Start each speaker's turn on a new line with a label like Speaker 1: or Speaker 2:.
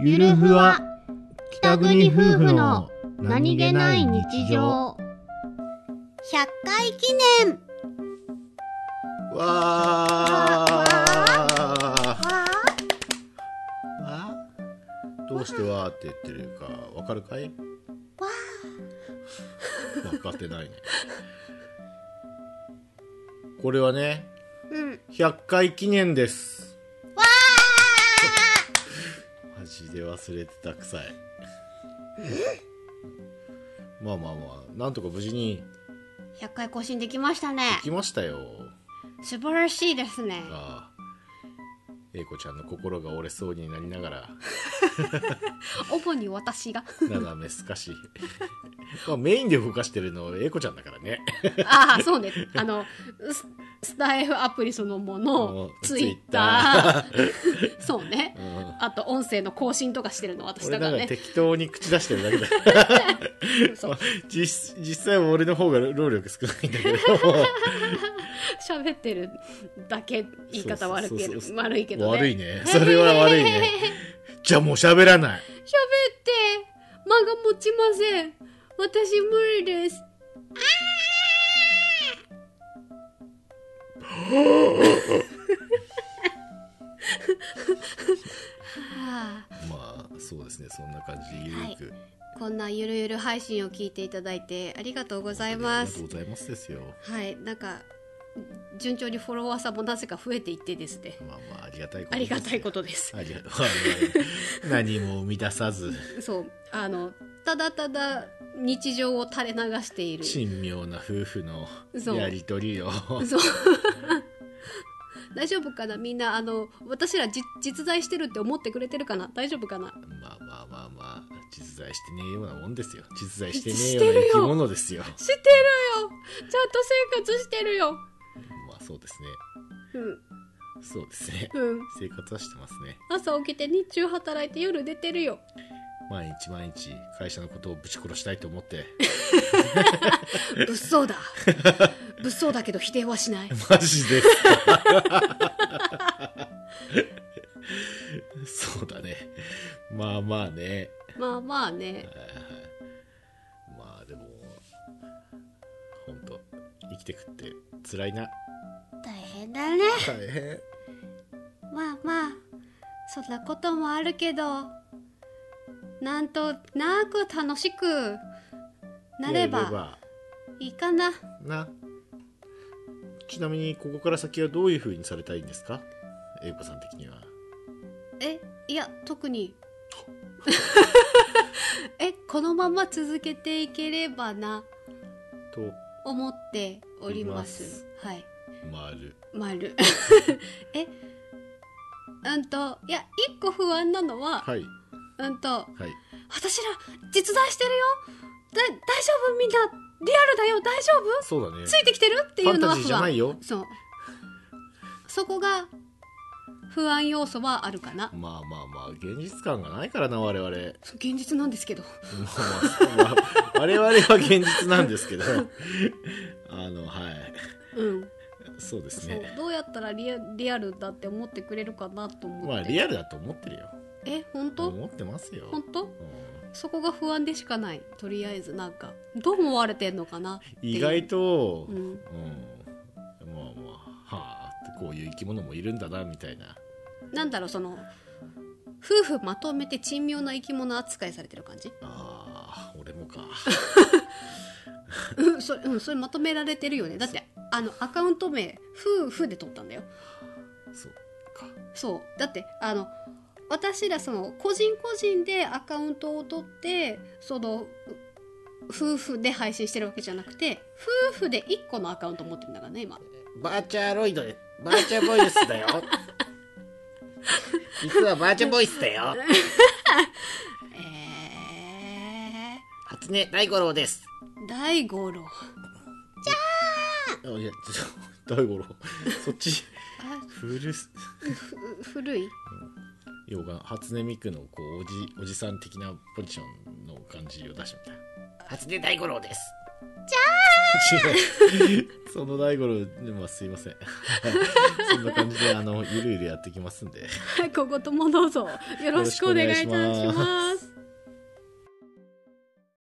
Speaker 1: ゆるふわ北国夫婦の何気ない日常
Speaker 2: 100回記念
Speaker 1: わー
Speaker 2: わ
Speaker 1: あどうしてわーって言ってるかわかるかい
Speaker 2: ーわ
Speaker 1: 分かってないねこれはね
Speaker 2: ーうん
Speaker 1: 100回記念です
Speaker 2: わー
Speaker 1: マジで忘れてたくさいまあまあまあなんとか無事に
Speaker 2: 100回更新できましたね
Speaker 1: 来ましたよ
Speaker 2: 素晴らしいですね
Speaker 1: が英子ちゃんの心が折れそうになりなが ら
Speaker 2: 主に私が
Speaker 1: 斜めすかしまあメインで動かしてるの英子ちゃんだからね
Speaker 2: ああそうねあのススタイフアプリそのも
Speaker 1: うん
Speaker 2: のツイッターそうね、
Speaker 1: ん
Speaker 2: あと音声の更新とかしてるの私
Speaker 1: 俺
Speaker 2: だ
Speaker 1: な
Speaker 2: か
Speaker 1: ん
Speaker 2: ら
Speaker 1: か
Speaker 2: ね
Speaker 1: 適当に口出してるだけだ
Speaker 2: そう
Speaker 1: 実実際は俺の方が労力少ないんだけど
Speaker 2: 喋ってるだけ言い方悪い
Speaker 1: そ
Speaker 2: け
Speaker 1: うそうそう
Speaker 2: ど
Speaker 1: そう
Speaker 2: 悪いけどね
Speaker 1: 悪いねそれは悪いね じゃあもう喋らない
Speaker 2: 喋って間が持ちません私無理ですはあ
Speaker 1: まあそうですねそんな感じでゆるく、
Speaker 2: こんなゆるゆる配信を聞いていただいてありがとうござい
Speaker 1: あり
Speaker 2: ま
Speaker 1: がとう
Speaker 2: す
Speaker 1: ございますですよ
Speaker 2: はいなんか順調にフォロワーさんもなぜか増えていってですね
Speaker 1: まあまあありがたいこと
Speaker 2: ありがたいこととです
Speaker 1: ありがとうあの何も生み出さず
Speaker 2: そうあのただただ日常を垂れ流している
Speaker 1: 神妙な夫婦の
Speaker 2: そう
Speaker 1: やりとりを
Speaker 2: そう 大丈夫かなみんなあの私らじ実在してるって思ってくれてるかな大丈夫かな
Speaker 1: まあまあまあまあ実在してねえようなもんですよ実在してね
Speaker 2: し
Speaker 1: え
Speaker 2: て
Speaker 1: よう
Speaker 2: る
Speaker 1: な
Speaker 2: よ
Speaker 1: 生き物ですよ
Speaker 2: してるよちゃんと生活してるよ
Speaker 1: まあそうですね
Speaker 2: う
Speaker 1: そうですね
Speaker 2: んうん
Speaker 1: 生活はしてますね
Speaker 2: 朝起きて日中働いて夜出てる よ
Speaker 1: 毎日毎日会社のことをぶち殺したいと思って
Speaker 2: 物騒だ物騒だけど否定はしない
Speaker 1: マジです かそうだねまあまあね
Speaker 2: まあまあね
Speaker 1: はいはいまあでも本当生きてくって辛いな
Speaker 2: 大変だね
Speaker 1: 大変
Speaker 2: まあまあそんなこともあるけどなんとなく楽しくなれ
Speaker 1: や
Speaker 2: ばいいかな
Speaker 1: なちなみにここから先はどういう風にされたいんですか英子さん的には
Speaker 2: えいや特に えこのまま続けていければな
Speaker 1: と
Speaker 2: 思っております
Speaker 1: います
Speaker 2: はい
Speaker 1: 丸
Speaker 2: 丸 えうんといや一個不安なのは、
Speaker 1: はい
Speaker 2: うんと
Speaker 1: はい
Speaker 2: 私ら実在してるよだ大丈夫みんなリアルだよ大丈夫
Speaker 1: そうだね
Speaker 2: ついてきてるっていうのは
Speaker 1: ファンタジー
Speaker 2: 不
Speaker 1: じゃな
Speaker 2: 安
Speaker 1: いよ
Speaker 2: そうそこが不安要素はあるかな
Speaker 1: まあまあまあ現実感がないからな我々ま
Speaker 2: そう現実なんですけど
Speaker 1: あまあ、まあ、我々は現実なんですけどあのはい
Speaker 2: うん
Speaker 1: そうです
Speaker 2: そう
Speaker 1: ね
Speaker 2: どうやったらリアリアルだって思ってくれるかなと思って、
Speaker 1: まあリアルだと思ってるよ
Speaker 2: え本当
Speaker 1: 思ってますよ、
Speaker 2: 本当
Speaker 1: うん
Speaker 2: そこが不安でしかないとりあえずなんかどう思われてんのかなっていう
Speaker 1: 意外と、う
Speaker 2: うんん
Speaker 1: まあまあはあってこういう生き物もいるんだなみたいな
Speaker 2: なんだろうその夫婦まとめて珍妙な生き物扱いされてる感じ
Speaker 1: あー俺もか
Speaker 2: うんそれ,、うん、それまとめられてるよねだってあのアカウント名夫婦で取ったんだよ
Speaker 1: そうか
Speaker 2: そうだってあの私らその個人個人でアカウントを取ってそのう夫婦で配信してるわけじゃなくて夫婦で1個のアカウント持ってるんだからね今
Speaker 1: バーチャーロイドでバーチャーボイス だよ実はバーチャーボイスだ よ
Speaker 2: え
Speaker 1: 初音大五郎です
Speaker 2: ー、大五郎
Speaker 1: あいやちょ大五郎そっち
Speaker 2: あ
Speaker 1: 古す
Speaker 2: ふ 古い
Speaker 1: 洋画初音ミクのこうおじおじさん的なポジションの感じを出してみた初音大五郎です
Speaker 2: あ
Speaker 1: 違う その大五郎、まあ、すいません そんな感じであのゆるゆるやってきますんで
Speaker 2: はい、今後ともどうぞよろしくお願いいたし
Speaker 1: よろしくお願いし
Speaker 2: ま